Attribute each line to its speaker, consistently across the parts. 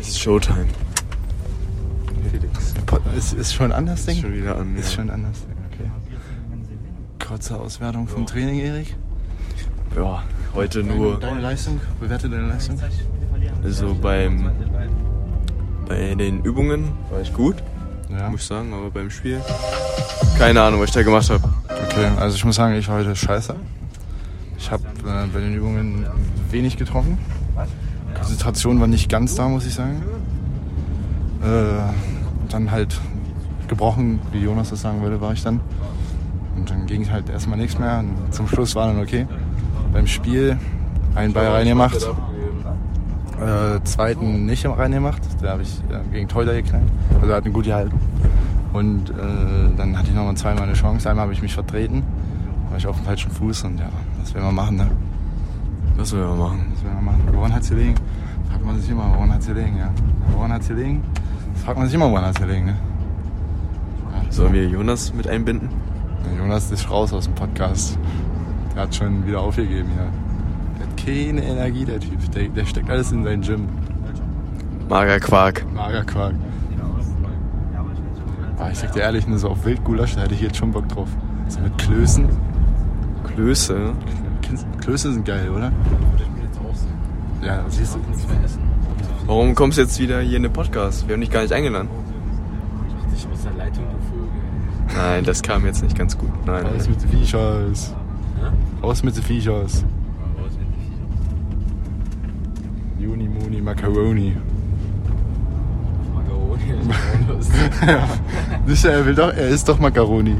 Speaker 1: Es ist Showtime.
Speaker 2: Felix.
Speaker 1: Po- Ist, ist schon anders, Ding?
Speaker 2: Ist schon wieder an.
Speaker 1: Ist
Speaker 2: ja.
Speaker 1: schon anders. Okay. Kurze Auswertung vom Training, Erik.
Speaker 2: Ja, heute
Speaker 1: Deine,
Speaker 2: nur
Speaker 1: deine Leistung? Bewerte deine Leistung?
Speaker 2: also beim bei den Übungen war ich gut,
Speaker 1: Ja.
Speaker 2: muss ich sagen, aber beim Spiel keine Ahnung, was ich da gemacht habe.
Speaker 1: Okay, also ich muss sagen, ich war heute scheiße. Ich habe äh, bei den Übungen wenig getroffen. Konzentration war nicht ganz da, muss ich sagen. Äh, dann halt gebrochen, wie Jonas das sagen würde, war ich dann. Und dann ging halt erstmal nichts mehr. Und zum Schluss war dann okay. Beim Spiel einen Ball reingemacht, äh, zweiten nicht reingemacht. Da habe ich äh, gegen Teuter geknallt. Also er hat ihn gut gehalten. Und äh, dann hatte ich nochmal zweimal eine Chance. Einmal habe ich mich vertreten, war ich auf dem falschen Fuß und ja, was will man machen, ne?
Speaker 2: Was soll man machen?
Speaker 1: Was will man machen? Woran hat's gelegen? Fragt man sich immer, woran hat's gelegen, ja? Woran hat's gelegen? Das fragt man sich immer, woran hat's gelegen, ne? Ja.
Speaker 2: Sollen wir Jonas mit einbinden?
Speaker 1: Der Jonas ist raus aus dem Podcast. Der hat schon wieder aufgegeben, ja. Der hat keine Energie, der Typ. Der, der steckt alles in sein Gym.
Speaker 2: Magerquark.
Speaker 1: Magerquark. Aber ich sag dir ehrlich, ne, so auf Wildgulasch, da hätte ich jetzt schon Bock drauf. So mit Klößen.
Speaker 2: Klöße.
Speaker 1: Kennst- Klöße sind geil, oder? Ja, siehst du.
Speaker 2: Warum kommst du jetzt wieder hier in den Podcast? Wir haben dich gar nicht eingeladen.
Speaker 3: Ich aus der Leitung, du Vögel.
Speaker 2: Nein, das kam jetzt nicht ganz gut. Nein.
Speaker 1: Raus mit den Viechers.
Speaker 3: Ja?
Speaker 1: Raus mit den Viechers.
Speaker 3: Mal raus mit den
Speaker 1: Juni, Muni, Macaroni.
Speaker 3: Viechern. Macaroni, das ist
Speaker 1: ja. Sicher, er will doch, er ist doch Macaroni.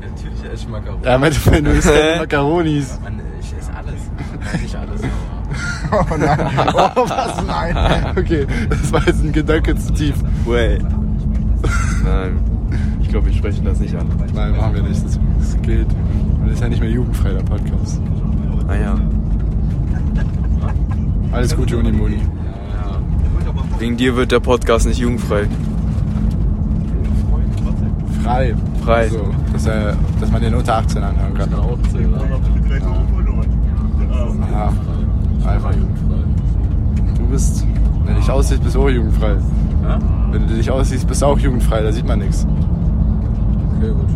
Speaker 3: Natürlich esse ich Macaroni.
Speaker 1: Er meinte, wenn du isst doch Macaronis.
Speaker 3: Mann, ich esse alles. Also Nicht alles, aber.
Speaker 1: Oh nein. Oh, was? Nein. Okay, das war jetzt ein Gedanke zu tief.
Speaker 2: Wait. Nein. Ich glaube, wir sprechen das nicht an.
Speaker 1: Nein, machen wir nicht. Das, das geht. Und das ist ja nicht mehr jugendfrei, der Podcast.
Speaker 2: Ah ja.
Speaker 1: Alles gut, Juni, Muni.
Speaker 3: Ja,
Speaker 2: Wegen dir wird der Podcast nicht jugendfrei.
Speaker 1: Frei.
Speaker 2: Frei.
Speaker 1: So, dass, er, dass man den unter 18 anhören kann.
Speaker 3: ja. Auch zählen.
Speaker 1: Ja, einfach jugendfrei. Du bist, wenn du dich aussiehst, bist du auch jugendfrei.
Speaker 3: Ja?
Speaker 1: Wenn du dich aussiehst, bist du auch jugendfrei, da sieht man nichts.
Speaker 3: Okay, gut.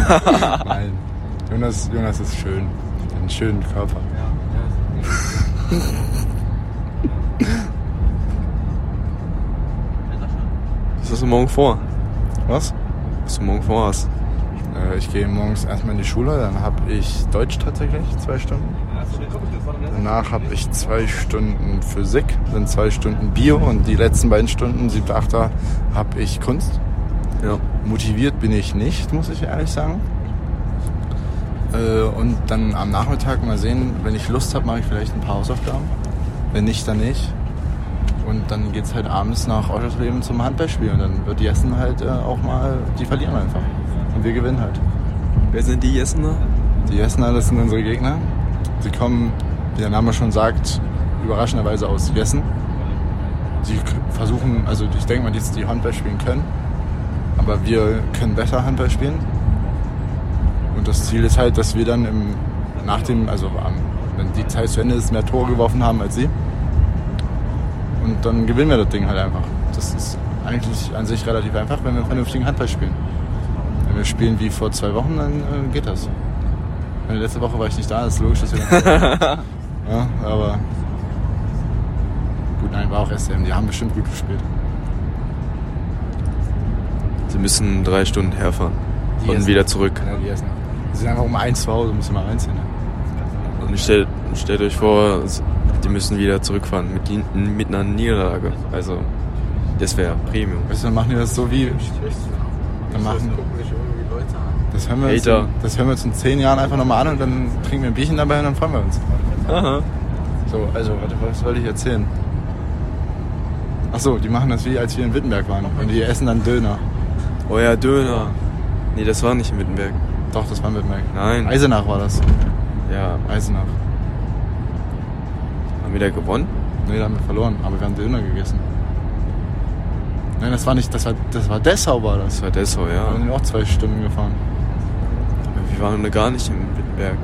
Speaker 3: Arschloch.
Speaker 1: Nein. Jonas, Jonas ist schön. Hat Einen schönen Körper.
Speaker 2: Was hast du morgen vor?
Speaker 1: Was?
Speaker 2: Was du morgen vorhast?
Speaker 1: Äh, ich gehe morgens erstmal in die Schule, dann habe ich Deutsch tatsächlich, zwei Stunden. Danach habe ich zwei Stunden Physik, dann zwei Stunden Bio und die letzten beiden Stunden, siebte, achter, habe ich Kunst.
Speaker 2: Ja.
Speaker 1: Motiviert bin ich nicht, muss ich ehrlich sagen. Äh, und dann am Nachmittag mal sehen, wenn ich Lust habe, mache ich vielleicht ein paar Hausaufgaben. Wenn nicht, dann nicht. Und dann geht's halt abends nach Oschersleben zum Handballspiel und dann wird die Essen halt äh, auch mal, die verlieren einfach. Und wir gewinnen halt.
Speaker 2: Wer sind die Jessener?
Speaker 1: Die Jessener, das sind unsere Gegner. Sie kommen, wie der Name schon sagt, überraschenderweise aus Jessen. Sie k- versuchen, also ich denke mal, dass die Handball spielen können. Aber wir können besser Handball spielen. Und das Ziel ist halt, dass wir dann im, nach dem, also am, wenn die Zeit zu Ende ist, mehr Tore geworfen haben als sie. Und dann gewinnen wir das Ding halt einfach. Das ist eigentlich an sich relativ einfach, wenn wir vernünftigen Handball spielen. Wenn wir spielen wie vor zwei Wochen, dann äh, geht das. Meine Äh, letzte Woche war ich nicht da, das ist logisch, dass wir Ja, aber. Gut, nein, war auch STM, die haben bestimmt gut gespielt.
Speaker 2: Sie müssen drei Stunden herfahren.
Speaker 1: Die
Speaker 2: Und
Speaker 1: Essen.
Speaker 2: wieder zurück.
Speaker 1: Ja, die ersten. Die sind einfach um eins zu Hause, müssen mal reinziehen. Ne?
Speaker 2: Und stellt, stellt euch vor, die müssen wieder zurückfahren mit, die- mit einer Niederlage. Also, das wäre Premium.
Speaker 1: Weißt du, dann machen die das so wie. Dann machen. Das hören wir, uns
Speaker 2: Hater.
Speaker 1: in, das hören wir uns in zehn Jahren einfach nochmal an und dann trinken wir ein Bierchen dabei und dann freuen wir uns.
Speaker 2: Aha.
Speaker 1: So, also, warte, was wollte ich erzählen? Achso, die machen das wie, als wir in Wittenberg waren. Und die essen dann Döner.
Speaker 2: Euer Döner. Nee, das war nicht in Wittenberg.
Speaker 1: Doch, das war in Wittenberg.
Speaker 2: Nein.
Speaker 1: Eisenach war das.
Speaker 2: Ja.
Speaker 1: Eisenach.
Speaker 2: Haben wir da gewonnen?
Speaker 1: Nee, da haben wir verloren, aber wir haben Döner gegessen. Nein, das war nicht, das war, das war Dessau war das.
Speaker 2: Das war Dessau,
Speaker 1: Da
Speaker 2: ja.
Speaker 1: sind wir auch zwei Stunden gefahren.
Speaker 2: Wir waren da gar nicht in Wittenberg.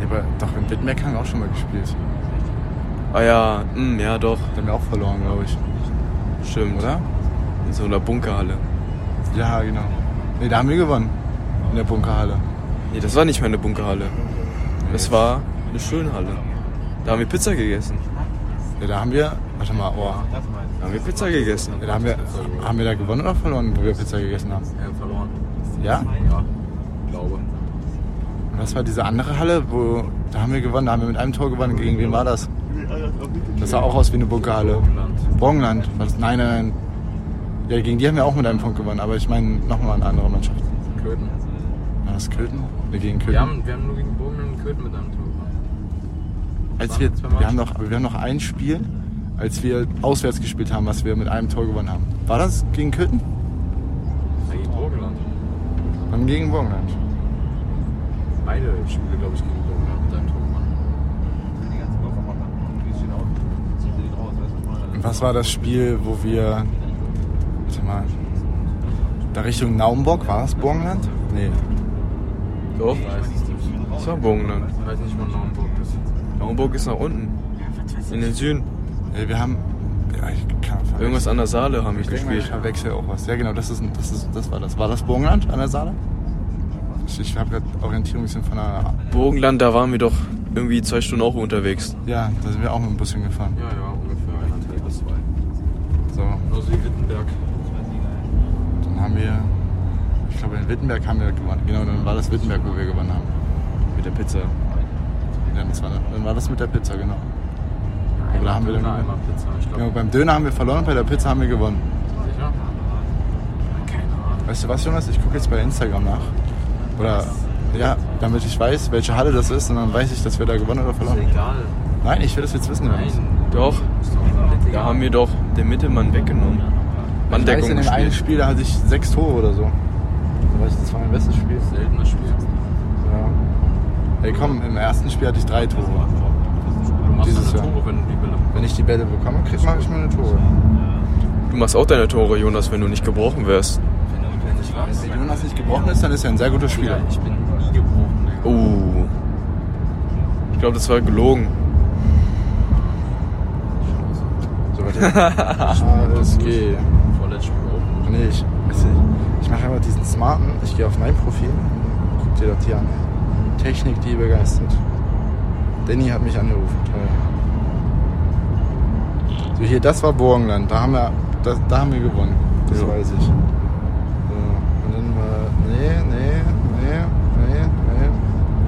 Speaker 1: Ja, aber doch in Wittenberg haben wir auch schon mal gespielt.
Speaker 2: Ah ja, hm, ja doch,
Speaker 1: Da haben wir auch verloren, glaube ich.
Speaker 2: stimmt.
Speaker 1: Oder?
Speaker 2: In so einer Bunkerhalle.
Speaker 1: Ja, genau. Ne, da haben wir gewonnen. In der Bunkerhalle.
Speaker 2: Nee, das war nicht meine Bunkerhalle. Das war eine Schönhalle. Da haben wir Pizza gegessen.
Speaker 1: Ja, da haben wir. Warte mal, oh.
Speaker 2: Da haben wir Pizza gegessen.
Speaker 1: Ja, da haben wir. Haben wir da gewonnen oder verloren, wo wir Pizza gegessen haben?
Speaker 3: Ja, verloren.
Speaker 1: Ja?
Speaker 3: Ja, glaube.
Speaker 1: Und das war diese andere Halle, wo. Da haben wir gewonnen, da haben wir mit einem Tor gewonnen. Gegen wen war das? Das sah auch aus wie eine Bunkerhalle. Bronland. Was? Nein, nein, nein. Ja, gegen die haben wir auch mit einem Punkt gewonnen, aber ich meine nochmal eine andere Mannschaft.
Speaker 3: Köthen.
Speaker 1: War das Köthen? Wir gegen Köthen.
Speaker 3: Also, Wir haben, wir haben nur gegen Bomen und Köthen mit einem Tor gemacht.
Speaker 1: als wir, wir, haben noch, wir haben noch ein Spiel, als wir auswärts gespielt haben, was wir mit einem Tor gewonnen haben. War das gegen Köthen?
Speaker 3: Ja, gegen Burgenland.
Speaker 1: Dann gegen Burgenland.
Speaker 3: Beide Spiele, glaube ich, gegen Burgenland mit einem Tor gemacht.
Speaker 1: Und was war das Spiel, wo wir. Warte mal. Da Richtung Naumburg war das Burgenland? Nee.
Speaker 2: Doch,
Speaker 3: Ich weiß nicht,
Speaker 2: das war Bungenland.
Speaker 3: ich weiß nicht, wann Naumburg ist.
Speaker 2: Naumburg ist nach unten. In den Süden.
Speaker 1: Äh, Wir haben. Ja, ich kann verwechseln.
Speaker 2: Irgendwas an der Saale haben wir
Speaker 1: Ich denke mal, ich
Speaker 2: gespielt.
Speaker 1: verwechsel auch was. Ja, genau, das, ist, ein- das, ist, das war das. War das Burgenland an der Saale? Ich, ich habe gerade Orientierung ein bisschen von einer.
Speaker 2: Burgenland, da waren wir doch irgendwie zwei Stunden auch unterwegs.
Speaker 1: Ja, da sind wir auch mit dem Bus hingefahren.
Speaker 3: Ja, ja, ungefähr. Anderthalb bis zwei.
Speaker 1: So.
Speaker 3: Aus Wittenberg.
Speaker 1: Dann haben wir, ich glaube in Wittenberg haben wir gewonnen. Genau, dann war das Wittenberg, wo wir gewonnen haben.
Speaker 2: Mit der Pizza.
Speaker 1: Ja, das war, dann war das mit der Pizza, genau. Aber da haben wir dann
Speaker 3: Döner, einmal Pizza. Ich
Speaker 1: Ja,
Speaker 3: glaube,
Speaker 1: beim Döner haben wir verloren, bei der Pizza haben wir gewonnen.
Speaker 3: sicher. Keine Ahnung.
Speaker 1: Weißt du was, Jonas? Ich gucke jetzt bei Instagram nach. Oder, ja, damit ich weiß, welche Halle das ist und dann weiß ich, dass wir da gewonnen oder
Speaker 3: Ist
Speaker 1: verloren haben.
Speaker 3: egal.
Speaker 1: Nein, ich will das jetzt wissen. Jonas.
Speaker 3: Nein.
Speaker 2: Doch,
Speaker 3: Ist doch komplett
Speaker 2: da
Speaker 3: egal.
Speaker 2: haben wir doch den Mittelmann weggenommen.
Speaker 1: Ich weiß,
Speaker 2: Manndeckung
Speaker 1: in dem einen
Speaker 2: gespielt.
Speaker 1: Spiel, da hatte ich sechs Tore oder so. Da weiß ich, das war mein bestes Spiel.
Speaker 3: Seltenes Spiel.
Speaker 1: Ja. Ey, komm, im ersten Spiel hatte ich drei Tore.
Speaker 3: Du machst
Speaker 1: Dieses
Speaker 3: eine
Speaker 1: Jahr.
Speaker 3: Tore, wenn du die Bälle
Speaker 1: Wenn ich die Bälle bekomme, krieg, mache ich meine Tore.
Speaker 2: Du machst auch deine Tore, Jonas, wenn du nicht gebrochen wärst.
Speaker 3: Wenn ich weiß.
Speaker 1: Wenn Jonas nicht gebrochen ist, dann ist er ein sehr guter Spieler.
Speaker 3: Ja, ich bin nie gebrochen. ne? Digga.
Speaker 2: Oh. Ich glaube, das war gelogen.
Speaker 1: So, warte. HSG.
Speaker 3: Vorletztes Spiel auch.
Speaker 1: Nee, ich, also, ich mache einfach diesen smarten. Ich gehe auf mein Profil. Guck dir das hier an. Technik, die begeistert. Danny hat mich angerufen. Toll. So, hier, das war Burgenland. Da haben wir, da, da haben wir gewonnen. Das
Speaker 2: Ja.
Speaker 1: weiß ich. So, und dann war. Nee, nee, nee, nee, nee.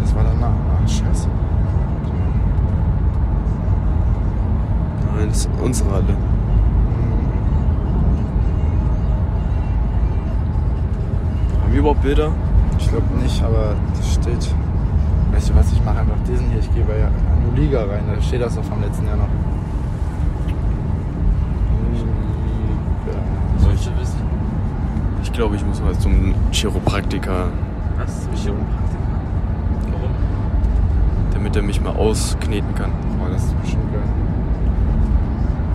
Speaker 1: Das war danach. Ach, scheiße.
Speaker 2: Nein, das ist unsere Halle. Haben wir überhaupt Bilder?
Speaker 1: Ich glaube nicht, aber das steht. Weißt du was, ich mache einfach diesen hier. Ich gehe bei Anu Liga rein. Da steht das doch vom letzten Jahr noch. Anu
Speaker 3: Solche wissen.
Speaker 2: Ich glaube, ich muss mal zum Chiropraktiker,
Speaker 3: Was? Ich hier Warum?
Speaker 2: damit er mich mal auskneten kann.
Speaker 1: Liga. Boah, das ist bestimmt geil.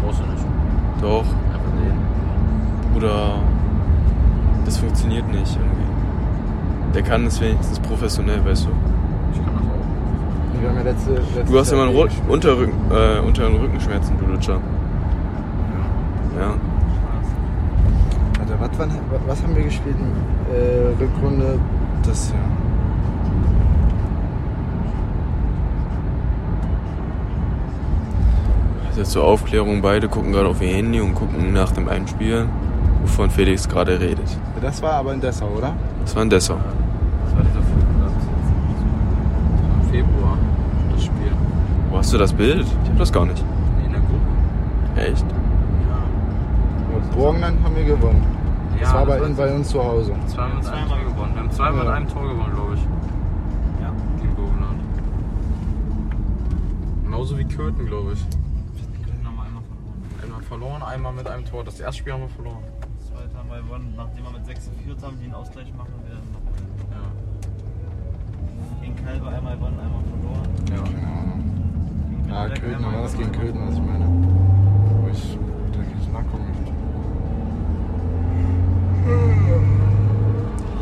Speaker 3: Brauchst du nicht.
Speaker 2: Doch.
Speaker 3: Einfach sehen.
Speaker 2: Oder das funktioniert nicht irgendwie. Der kann es wenigstens professionell, weißt du.
Speaker 3: Ich kann das auch.
Speaker 1: Wir haben ja letzte, letztes
Speaker 2: Du hast
Speaker 1: Jahr
Speaker 2: immer einen
Speaker 1: eh
Speaker 2: Ru-
Speaker 1: gespielt.
Speaker 2: Unterrücken, äh, unteren Rückenschmerzen, du Lutscher. Ja.
Speaker 1: Warte, was, wann, was haben wir gespielt in äh, Rückrunde? Das Jahr.
Speaker 2: Also zur Aufklärung, beide gucken gerade auf ihr Handy und gucken nach dem einen Spiel, wovon Felix gerade redet.
Speaker 1: Ja, Das war aber in Dessau, oder?
Speaker 2: Das war in Dessau.
Speaker 3: Äh, Das war dieser Flugplatz. Das war im Februar. Das Spiel.
Speaker 2: Wo hast du das Bild? Ich hab das gar nicht.
Speaker 3: Nee, in der Gruppe.
Speaker 2: Echt?
Speaker 3: Ja.
Speaker 1: Und Burgenland haben wir gewonnen. das war bei, bei uns zu Hause.
Speaker 3: Zweimal mit einem Tor gewonnen. Wir haben zweimal mit
Speaker 1: Ja.
Speaker 3: einem Tor gewonnen, glaube ich. Ja. Gegen Burgenland. Genauso wie Köthen, glaube ich.
Speaker 4: Dann haben wir einmal verloren.
Speaker 3: Einmal verloren, einmal mit einem Tor. Das erste Spiel haben wir verloren.
Speaker 4: Das zweite haben wir gewonnen. Nachdem wir mit 6 geführt haben, die einen Ausgleich machen, wir dann noch
Speaker 3: Ja.
Speaker 4: gegen Kalbe einmal gewonnen, einmal verloren.
Speaker 3: ja.
Speaker 1: Keine Ahnung.
Speaker 4: Gegen
Speaker 1: Ja, Ah,
Speaker 4: Nürnberg
Speaker 1: Köthen,
Speaker 4: einmal
Speaker 1: war das gegen
Speaker 4: gewonnen.
Speaker 1: Köthen, was ich meine? Wo ich, da kann ich nachgucken.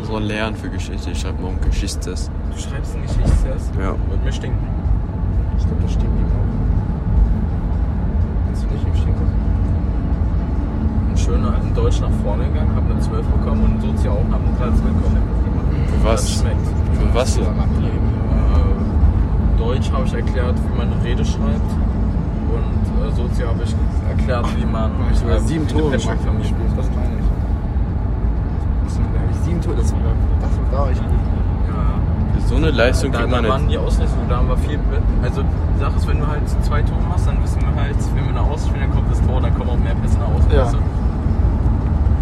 Speaker 2: So ein Lernen für Geschichte. Ich schreibe morgen Geschichtstest.
Speaker 3: Du schreibst einen Geschichtstest.
Speaker 2: Ja.
Speaker 3: Wird mir stinken.
Speaker 1: Ich glaube, das stinkt ihm auch.
Speaker 3: Deutsch nach vorne gegangen, haben eine 12 bekommen und Sozi auch haben eine 13 bekommen.
Speaker 2: Für was?
Speaker 3: Das schmeckt.
Speaker 2: Für was?
Speaker 1: Oder nach Leben.
Speaker 3: Äh, Deutsch habe ich erklärt, wie man eine Rede schreibt. Und äh, Sozi habe ich erklärt, wie man
Speaker 1: Da habe ich sogar
Speaker 3: äh,
Speaker 1: sieben
Speaker 3: wie
Speaker 1: Tore
Speaker 3: eine
Speaker 1: gespielt.
Speaker 3: Plätschenfamilie spielt.
Speaker 1: Das meine ich. Das- Da habe ich sieben Tore, das war, das war da war ich gut.
Speaker 3: Ja.
Speaker 2: Für so eine Leistung
Speaker 3: Da,
Speaker 2: kriegt man
Speaker 3: da waren
Speaker 2: nicht.
Speaker 3: die Ausleistungen, da haben wir viel. Be- Also, die Sache ist, wenn du halt zwei Tore machst, dann wissen wir halt, wenn wir eine Ausspielen, dann kommt das Tor, dann kommen auch mehr Pässe nach außen.
Speaker 1: Ja.
Speaker 3: Weißt du?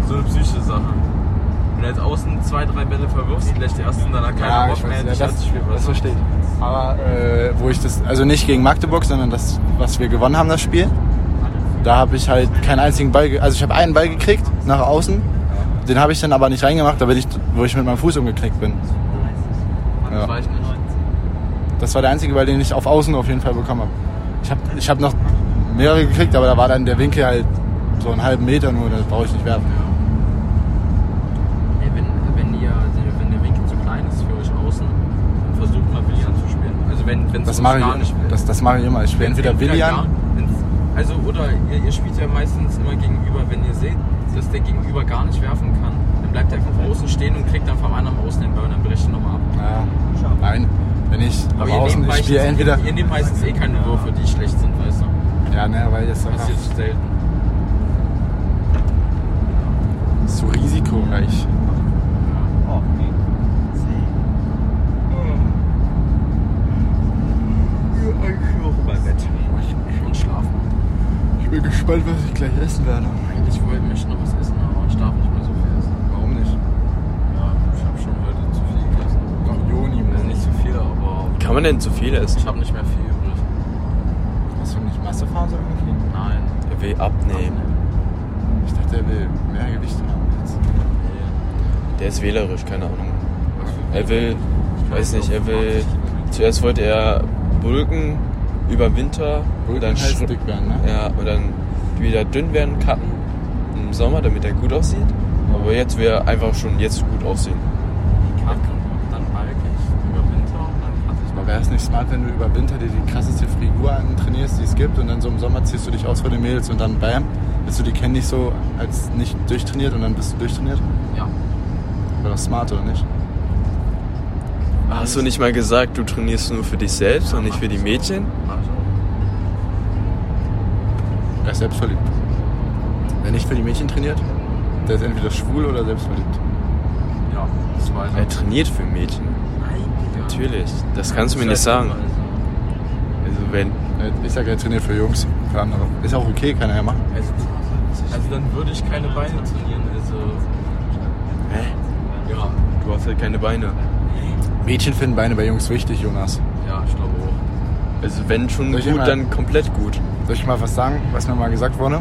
Speaker 3: So eine psychische Sache. Wenn du jetzt außen zwei, drei Bälle verwirfst, vielleicht die ersten, dann hat keiner Bock mehr,
Speaker 1: ja,
Speaker 3: dich
Speaker 1: das,
Speaker 3: anzuspielen,
Speaker 1: das
Speaker 3: weißt du?
Speaker 1: verstehe ich. Aber äh, wo ich das, also nicht gegen Magdeburg, sondern das, was wir gewonnen haben, das Spiel, da habe ich halt keinen einzigen Ball, ge- also ich habe einen Ball gekriegt nach außen, den habe ich dann aber nicht reingemacht, da bin ich, wo ich mit meinem Fuß umgeknickt bin.
Speaker 3: Das war ich nicht.
Speaker 1: Das war der einzige Ball, den ich auf Außen auf jeden Fall bekommen habe. Ich habe ich hab noch mehrere gekriegt, aber da war dann der Winkel halt so einen halben Meter nur, das brauche ich nicht werfen.
Speaker 3: Ey, wenn, wenn, ihr, wenn der Winkel zu klein ist für euch außen, dann versucht mal Willi anzuspielen. Also, wenn wenn es
Speaker 1: Das
Speaker 3: euch
Speaker 1: mache
Speaker 3: gar
Speaker 1: ich,
Speaker 3: nicht will.
Speaker 1: das, das mache ich immer. Ich spiele entweder Willi
Speaker 3: gar-
Speaker 1: an,
Speaker 3: wenn's- Also, oder ihr, ihr spielt ja meistens immer gegenüber, wenn ihr seht, dass der Gegenüber gar nicht werfen kann. Dann bleibt er einfach außen stehen und kriegt dann vom anderen außen den Ball und dann bricht er nochmal ab.
Speaker 1: Ja, nein, wenn ich
Speaker 3: Aber
Speaker 1: nach
Speaker 3: ihr
Speaker 1: außen,
Speaker 3: nehmt
Speaker 1: ich
Speaker 3: meistens,
Speaker 1: spiele entweder.
Speaker 3: ihr nehmt meistens eh keine Würfe, die schlecht sind, weißt du.
Speaker 1: Ja, ne, weil jetzt einfach
Speaker 3: Passiert selten.
Speaker 1: zu risikoreich.
Speaker 4: Oh, okay.
Speaker 3: Und schlafen.
Speaker 1: Ich bin gespannt, was ich gleich essen werde.
Speaker 3: Eigentlich wollte ich mir schon noch was essen, aber ich darf nicht mehr so viel essen.
Speaker 1: Warum nicht?
Speaker 3: Ja, ich habe schon heute zu viel gegessen.
Speaker 1: Noch Joni,
Speaker 3: Also nicht zu viel, aber
Speaker 2: Kann man denn zu viel essen?
Speaker 3: ich habe nicht mehr viel übrig.
Speaker 1: Hast du nicht Massephase irgendwie?
Speaker 3: Nein.
Speaker 2: Er will abnehmen.
Speaker 1: Ich dachte, er will mehr Gewicht haben jetzt.
Speaker 3: Nee.
Speaker 2: Der ist wählerisch, keine Ahnung.
Speaker 3: Was für
Speaker 2: Er will, weiß nicht, er will. Zuerst wollte er bulken über Winter
Speaker 1: Bulken
Speaker 2: und dann,
Speaker 1: heißt
Speaker 2: schr-
Speaker 1: dick werden, ne?
Speaker 2: ja, und dann wieder dünn werden, cutten im Sommer, damit er gut aussieht. Aber jetzt will er einfach schon jetzt gut aussehen.
Speaker 3: Kacken und dann balke ich über Winter und dann hatte ich
Speaker 1: Aber wäre es nicht smart, wenn du über Winter dir die krasseste Figur antrainierst, die es gibt, und dann so im Sommer ziehst du dich aus vor den Mädels und dann bam, bist du die kennen dich so als nicht durchtrainiert und dann bist du durchtrainiert?
Speaker 3: Ja.
Speaker 1: Wäre doch smart, oder nicht?
Speaker 2: Ah, Hast du nicht mal gesagt, du trainierst nur für dich selbst und nicht für die Mädchen?
Speaker 3: Mach ich auch.
Speaker 1: Er ist selbstverliebt. Wer nicht für die Mädchen trainiert, der ist entweder schwul oder selbstverliebt.
Speaker 3: Ja, das weiß
Speaker 2: Er trainiert für Mädchen. Natürlich. Das kannst du mir nicht sagen. Also wenn.
Speaker 1: Ich sag, er trainiert für Jungs, für andere. Ist auch okay, kann er ja machen.
Speaker 3: Also, also dann würde ich keine Beine trainieren. Also,
Speaker 2: Hä?
Speaker 3: ja.
Speaker 2: Du hast halt keine Beine.
Speaker 1: Mädchen finden Beine bei Jungs wichtig, Jonas.
Speaker 3: Ja, ich glaube auch.
Speaker 2: Also wenn schon
Speaker 1: Soll ich
Speaker 2: gut,
Speaker 1: mal-
Speaker 2: dann komplett gut.
Speaker 1: Soll ich mal was sagen, was mir mal gesagt wurde?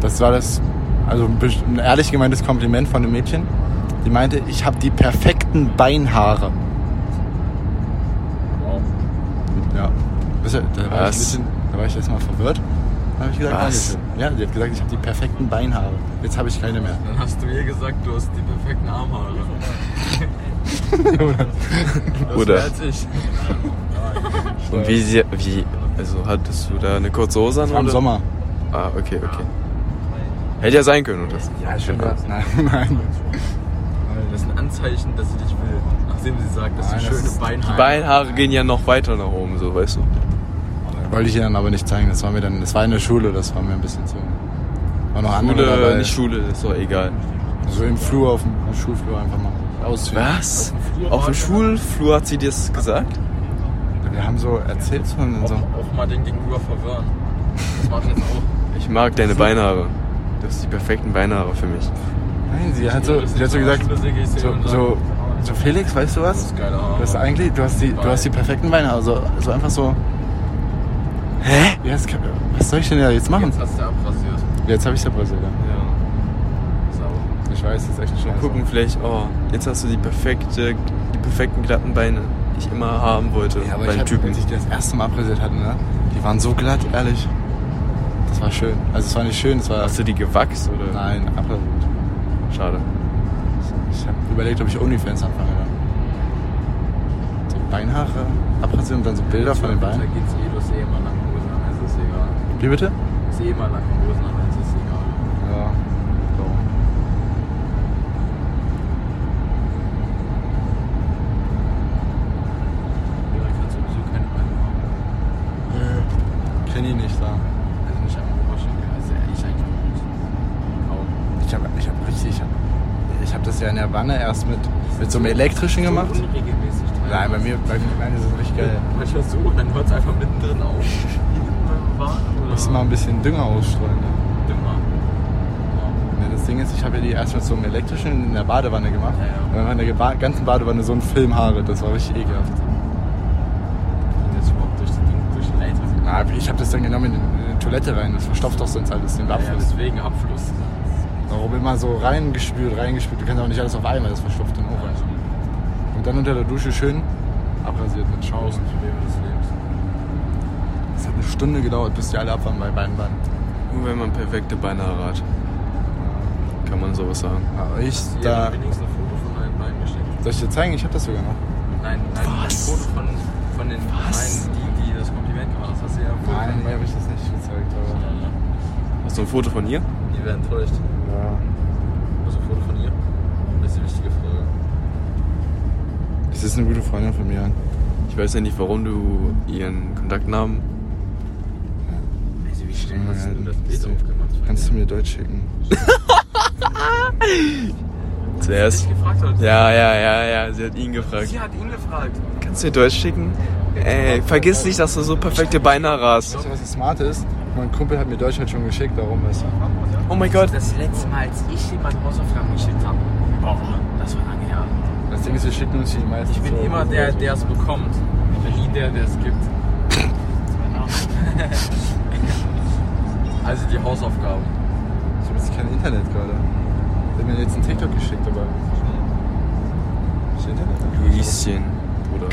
Speaker 1: Das war das, also ein best- ein ehrlich gemeintes Kompliment von einem Mädchen. Die meinte, ich habe die perfekten Beinhaare.
Speaker 3: Wow.
Speaker 1: Ja. Das, ist ja- da, war ich ein
Speaker 2: Was?
Speaker 1: bisschen, da war ich erstmal verwirrt. Da habe ich gesagt,
Speaker 2: Was?
Speaker 1: Dankeschön. Ja, die hat gesagt, ich habe die perfekten Beinhaare. Jetzt habe ich keine mehr.
Speaker 3: Dann hast du ihr gesagt, du hast die perfekten Armhaare. Das
Speaker 2: Oder?
Speaker 3: wär ich.
Speaker 2: Und wie sie. Wie. Also hattest du da eine kurze Hose an?
Speaker 1: Am
Speaker 2: oder?
Speaker 1: Sommer.
Speaker 2: Ah, okay, okay. Hätte ja sein können, oder?
Speaker 1: Ja, schon Nein, nein.
Speaker 3: Das ist ein Anzeichen, dass sie dich will. Nachdem sie sagt, dass
Speaker 1: Nein,
Speaker 3: du
Speaker 1: das
Speaker 3: schöne
Speaker 1: ist-
Speaker 3: Beinhaare
Speaker 2: Die Beinhaare gehen ja noch weiter nach oben, so, weißt du?
Speaker 1: Wollte ich ihr dann aber nicht zeigen. Das war mir dann, das war in der Schule, das war mir ein bisschen zu. War noch andere
Speaker 2: Schule,
Speaker 1: dabei.
Speaker 2: nicht Schule, ist doch egal.
Speaker 1: So im Flur, auf dem Schulflur einfach mal ausziehen.
Speaker 2: Was? Auf dem Schulflur hat sie dir das gesagt?
Speaker 1: Wir haben so erzählt von und
Speaker 3: Auch,
Speaker 1: so.
Speaker 3: auch mal den Gegenüber verwirren. Das mache ich jetzt auch.
Speaker 2: Ich mag deine Beinhaare. Du hast die perfekten Beinhaare für mich.
Speaker 1: Nein, sie hat so, sie hat so gesagt, so, so, so Felix, weißt du was?
Speaker 3: Geile Haare.
Speaker 1: Du hast eigentlich, du hast die, du hast die perfekten Weinhaare. So, so einfach so. Hä? Ja, das kann, was soll ich denn da jetzt machen?
Speaker 3: Jetzt hast du abrasiert.
Speaker 1: Jetzt habe ich der Brasilia.
Speaker 3: Ja. Sauber.
Speaker 1: Ich weiß, das ist echt ein
Speaker 2: Mal
Speaker 1: schönes.
Speaker 2: gucken, vielleicht, oh, jetzt hast du die perfekte, die perfekten glatten Beine, die ich immer haben wollte
Speaker 1: Ja, aber
Speaker 2: bei
Speaker 1: ich
Speaker 2: den
Speaker 1: hab,
Speaker 2: Typen.
Speaker 1: als ich die das erste Mal abrasiert hatte, ne? Die waren so glatt, ehrlich. Das war schön. Also es war nicht schön, es war.
Speaker 2: Hast du die gewachst oder?
Speaker 1: Nein, abrasiert.
Speaker 2: Schade.
Speaker 1: Ich habe überlegt, ob ich Onlyfans anfange dann. So Beinhaare abrasieren und dann so Bilder von den
Speaker 3: Da
Speaker 1: Beinen.
Speaker 3: geht's eh, du hast eh immer lange Hosen an, also ist egal.
Speaker 1: Wie bitte?
Speaker 3: Du hast eh immer lange Hosen an, also ist egal.
Speaker 1: Ja. So. kenne ihn nicht da.
Speaker 3: Also nicht am Oberschenkel, also ehrlich eigentlich kaum.
Speaker 1: Ich habe ich hab richtig, ich habe ich hab das ja in der Wanne erst mit, mit so einem elektrischen gemacht.
Speaker 3: So unregelmäßig teilweise.
Speaker 1: Nein, bei mir, bei mir nein, das ist richtig geil.
Speaker 3: Manchmal so und dann hört es einfach mittendrin auf.
Speaker 1: Muss mal ein bisschen Dünger ausstreuen. Ne?
Speaker 3: Dümmer.
Speaker 1: Ne, Das Ding ist, ich habe ja die erst mit so einem elektrischen in der Badewanne gemacht.
Speaker 3: Ja, ja.
Speaker 1: Und dann war in der Geba- ganzen Badewanne so ein Filmhaare, das war richtig ekelhaft.
Speaker 3: Geht das überhaupt durch den Ding, durch den Leiter?
Speaker 1: Na, Ich habe das dann genommen in die, in die Toilette rein, das verstopft doch sonst alles den
Speaker 3: Ja, ja,
Speaker 1: Abfluss.
Speaker 3: deswegen Abfluss. Oh,
Speaker 1: Warum immer so reingespült, reingespült, du kannst auch nicht alles auf einmal, das verstopft dann auch alles. Und dann unter der Dusche schön abrasiert mit Schaum.
Speaker 3: Großen Probleme des Lebens.
Speaker 1: Es hat eine Stunde gedauert, bis die alle ab waren bei beiden Bahnen.
Speaker 2: Nur wenn man perfekte Beine hat, kann man sowas sagen.
Speaker 1: Aber ich
Speaker 3: Da.
Speaker 1: da.
Speaker 3: hat wenigstens ein Foto von meinen Beinen geschickt.
Speaker 1: Soll ich dir zeigen? Ich habe das sogar noch.
Speaker 3: Nein, nein,
Speaker 2: Was?
Speaker 3: ein Foto von, von den
Speaker 2: Was?
Speaker 3: Beinen, die, die das Kompliment gemacht haben. Das hast du ja ein Foto von
Speaker 1: Nein,
Speaker 3: den
Speaker 1: mir habe ich das nicht gezeigt. Aber
Speaker 3: Beinen.
Speaker 2: Hast du ein Foto von ihr?
Speaker 3: Die werden enttäuscht.
Speaker 1: ja.
Speaker 3: Also ein Foto von ihr. Das ist die wichtige Frage.
Speaker 1: Es ist eine gute Freundin von mir.
Speaker 2: Ich weiß ja nicht, warum du ihren Kontaktnamen.
Speaker 3: Also wie schnell
Speaker 1: Ja,
Speaker 3: hast du denn das
Speaker 1: das
Speaker 3: Bild
Speaker 1: ist-
Speaker 3: aufgemacht?
Speaker 1: Kannst du mir Deutsch schicken?
Speaker 2: Zuerst.
Speaker 3: Dich gefragt hat.
Speaker 2: Ja, ja, ja, ja, sie hat ihn gefragt.
Speaker 3: Sie hat ihn gefragt.
Speaker 2: Kannst du mir Deutsch schicken? Ey, vergiss nicht, dass du so perfekte Beine hast.
Speaker 1: Weißt du, was das Smarte ist? Mein Kumpel hat mir Deutsch halt schon geschickt, darum weißt du.
Speaker 2: Oh mein Gott.
Speaker 3: Das letzte Mal, als ich jemand Hausaufgaben geschickt habe, boah, das war lange her.
Speaker 1: Das Ding ist, wir schicken uns die meisten.
Speaker 3: Ich bin
Speaker 1: so-
Speaker 3: immer der, der es bekommt. Ich bin nie der, der es gibt. also die Hausaufgaben.
Speaker 1: Ich habe jetzt kein Internet gerade. Ich habe mir jetzt einen TikTok geschickt, aber. Ist Internet?
Speaker 2: Luischen, Bruder.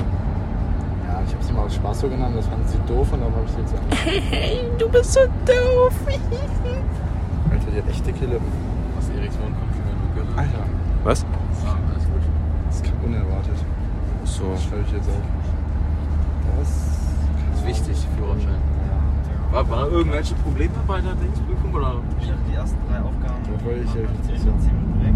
Speaker 1: Ja, ich habe sie mal aus Spaß so genannt, das fand sie doof und darum habe ich sie jetzt einfach.
Speaker 2: Du bist so doof.
Speaker 1: Alter, die hat echt dicke Lippen.
Speaker 3: Aus Eriks Mund kommt schon wieder nur Gülle.
Speaker 1: Alter,
Speaker 2: Was?
Speaker 3: Ja, alles gut.
Speaker 1: Ah das ist unerwartet.
Speaker 2: So.
Speaker 1: Das schreibe ich jetzt auf. Das.
Speaker 3: Das ist wichtig, Führerschein. War, war irgendwelche Probleme bei der Dingsprüfung oder?
Speaker 4: Ich hatte die ersten drei Aufgaben.
Speaker 1: Da wollte ich
Speaker 4: waren
Speaker 1: ja-
Speaker 4: nach 10 nach 10 Minuten weg.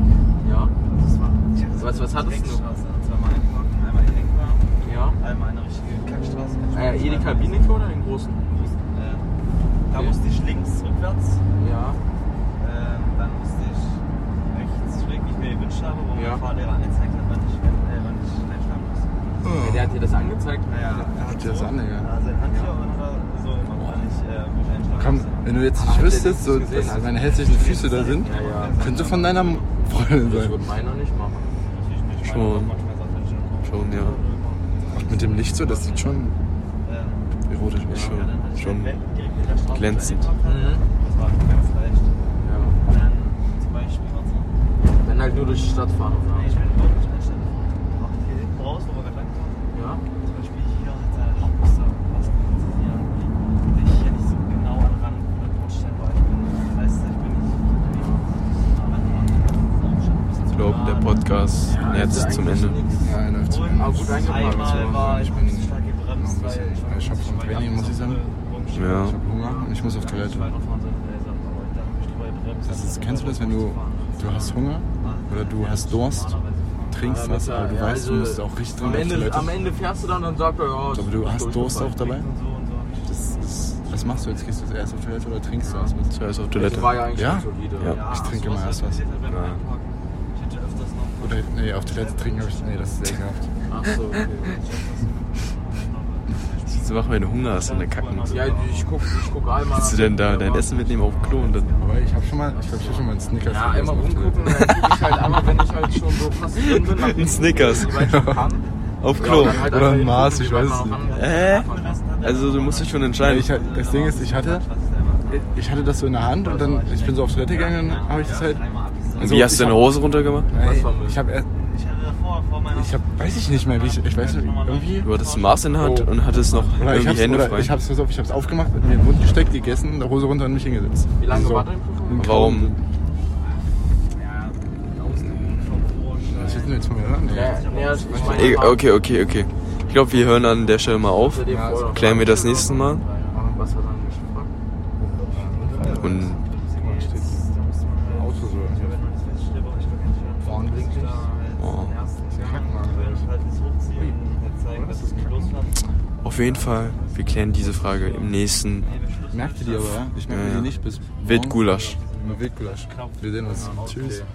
Speaker 3: Ja.
Speaker 4: Also es war, ich hatte
Speaker 3: Was- was hattest du?
Speaker 4: Dreckstraße, Zweimal eingebacken. Einmal die Lenkwar,
Speaker 3: Ja.
Speaker 4: einmal eine richtige Kackstraße.
Speaker 3: Äh, jede Kabinecke oder den großen?
Speaker 4: Äh, Da
Speaker 3: Okay.
Speaker 4: musste ich links rückwärts.
Speaker 3: Ja.
Speaker 4: Ähm, dann musste ich rechts schräg, wie ich mir gewünscht habe, wo
Speaker 3: Ja.
Speaker 4: mein Fahrlehrer angezeigt hat, wann ich, äh, wann ich einschlagen muss.
Speaker 3: Ja, Der hat dir das angezeigt?
Speaker 4: Naja, er
Speaker 1: Hat dir das an, Digga?
Speaker 4: Also in Handtür oder so, immer noch nicht, äh, wo ich einschlagen
Speaker 1: Komm,
Speaker 4: muss.
Speaker 1: wenn du jetzt nicht
Speaker 3: Ah,
Speaker 1: wüsstest,
Speaker 3: der
Speaker 1: so,
Speaker 3: hat das gesehen,
Speaker 1: dass
Speaker 3: also-
Speaker 1: meine hässlichen Füße da sind,
Speaker 3: Ja, ja.
Speaker 1: könnte von deiner Freundin
Speaker 3: Das
Speaker 1: sein.
Speaker 3: würde meiner nicht machen.
Speaker 4: Natürlich nicht.
Speaker 2: Schon.
Speaker 4: Meine Mama hat mir gesagt, wenn ich schon
Speaker 2: Schon,
Speaker 4: komme.
Speaker 2: ja.
Speaker 1: Und mit dem Licht so, das sieht schon
Speaker 4: Äh,
Speaker 1: erotisch aus.
Speaker 4: ja, dann hatte ich
Speaker 2: schon
Speaker 4: den Wänden direkt in der Straße
Speaker 2: glänzend. Mhm.
Speaker 4: eingebacken. Das war ganz leicht.
Speaker 3: Ja.
Speaker 4: Dann zum Beispiel, was noch?
Speaker 3: Wenn halt nur durch die Stadt fahren. oder?
Speaker 4: Nee, ich bin überhaupt nicht einstellen. Auch hier hinten raus, wo wir gerade lang waren.
Speaker 3: Ja.
Speaker 4: Zum Beispiel hier hat der Hauptbuster fast hier bin ich hier nicht so genau an Rand oder Bordstein, weil ich bin, weißt du, ich bin nicht so nah ran.
Speaker 2: Ich glaube, der Podcast
Speaker 3: Ja, also
Speaker 2: jetzt zum
Speaker 3: eigentlich
Speaker 2: Ende.
Speaker 3: nix.
Speaker 1: Ja, läuft so.
Speaker 4: Und
Speaker 3: Ah, gut eingeplant,
Speaker 4: einmal
Speaker 3: so.
Speaker 4: war ich
Speaker 1: Ich
Speaker 4: ein
Speaker 1: bin
Speaker 4: bisschen stark gebremst,
Speaker 1: noch ein bisschen
Speaker 4: weil
Speaker 1: erschöpft vom Training, muss ich sagen.
Speaker 2: Ja.
Speaker 1: Ich habe Hunger und ich muss auf Toilette. Das
Speaker 4: also
Speaker 1: ist, kennst du das, wenn du, du hast Hunger
Speaker 4: Ah,
Speaker 1: oder du hast Durst, trinkst
Speaker 3: Ja,
Speaker 1: was, aber du
Speaker 3: ja,
Speaker 1: weißt, du
Speaker 3: also
Speaker 1: musst auch richtig dringend
Speaker 3: am
Speaker 1: auf
Speaker 3: Ende,
Speaker 1: Toilette.
Speaker 3: am Ende fährst du dann und sagst, ja,
Speaker 1: Aber du hast Durst auch dabei?
Speaker 4: Das
Speaker 1: Das ist, was machst du jetzt? Gehst du jetzt erst auf Toilette oder trinkst du was mit?
Speaker 2: Zuerst auf
Speaker 3: Das
Speaker 2: Toilette.
Speaker 3: war ja eigentlich
Speaker 1: Ja?
Speaker 3: ganz solide.
Speaker 2: Ja.
Speaker 1: Ich trinke immer erst was.
Speaker 2: Ja.
Speaker 4: Ich hätte öfters noch.
Speaker 1: Oder, nee, auf Toilette trinken habe ich, nee, das ist ekelhaft.
Speaker 3: Ach so, okay.
Speaker 2: Siehst du wach, wenn du Hunger hast und dann kacken musst.
Speaker 3: Ja, ich guck, ich guck einmal.
Speaker 2: Willst du denn da dein Essen mitnehmen auf dem Klo und dann.
Speaker 1: Aber ich habe schon mal, ich glaube, ich habe schon mal einen Snickers
Speaker 3: Ja,
Speaker 1: gegessen
Speaker 3: einmal
Speaker 1: auf Toilette.
Speaker 3: rumgucken, dann guck ich halt einmal, wenn ich halt schon so fast drin bin. dann-
Speaker 2: Ein Snickers.
Speaker 3: Soweit ich kann.
Speaker 2: Auf
Speaker 3: Ja, und
Speaker 2: Klo.
Speaker 3: dann halt
Speaker 1: oder
Speaker 3: einfach
Speaker 1: ein Mars,
Speaker 3: gucken,
Speaker 1: ich
Speaker 3: wie weit
Speaker 1: weiß
Speaker 3: man
Speaker 1: es
Speaker 3: auch
Speaker 1: nicht.
Speaker 3: ran-
Speaker 2: Äh? Also du musst dich schon entscheiden.
Speaker 3: halt-
Speaker 1: Ich, hatte- das Ding ist, ich hatte, ich hatte das so in der Hand und dann, ich bin so auf Toilette gegangen und dann habe ich das halt.
Speaker 3: also
Speaker 2: Und Wie hast du deine Hose runtergemacht?
Speaker 1: Nein,
Speaker 3: vermisst?
Speaker 1: ich habe,
Speaker 4: Ich hatte davor, vor meiner.
Speaker 1: ich hab, weiß ich nicht mehr, wie ich, ich weiß nicht, irgendwie.
Speaker 2: Du hattest Maß in der Hand
Speaker 1: Oh.
Speaker 2: und hattest noch
Speaker 1: Oder ich
Speaker 2: irgendwie
Speaker 1: hab's,
Speaker 2: Hände
Speaker 1: oder
Speaker 2: frei.
Speaker 1: ich hab's, pass auf, ich hab's aufgemacht, mir in den Mund gesteckt, gegessen, in der Hose runter und mich hingesetzt.
Speaker 3: Wie lange
Speaker 1: so. Hm.
Speaker 3: war dein Prüfung?
Speaker 1: Ein
Speaker 2: Warum?
Speaker 4: Ja, außen vom
Speaker 1: Was
Speaker 4: Vorschein.
Speaker 1: willst du jetzt von mir hören?
Speaker 3: Ja, nee, das- ich meine,
Speaker 2: Ey, Okay, okay, okay. Ich glaube, wir hören an der Stelle mal auf.
Speaker 3: außerdem
Speaker 1: Ja,
Speaker 3: vorher noch-
Speaker 2: Klären wir das nächste Mal.
Speaker 3: Was hat er denn gefragt?
Speaker 2: Und
Speaker 1: Auto so. Oh.
Speaker 2: auf jeden Fall, wir klären diese Frage im nächsten
Speaker 1: merkte die aber, ja? Ich merkte
Speaker 2: Ja,
Speaker 1: die
Speaker 2: ja.
Speaker 1: nicht bis. morgen.
Speaker 2: Wildgulasch.
Speaker 1: Wildgulasch. Wir sehen uns. Tschüss.
Speaker 3: Okay.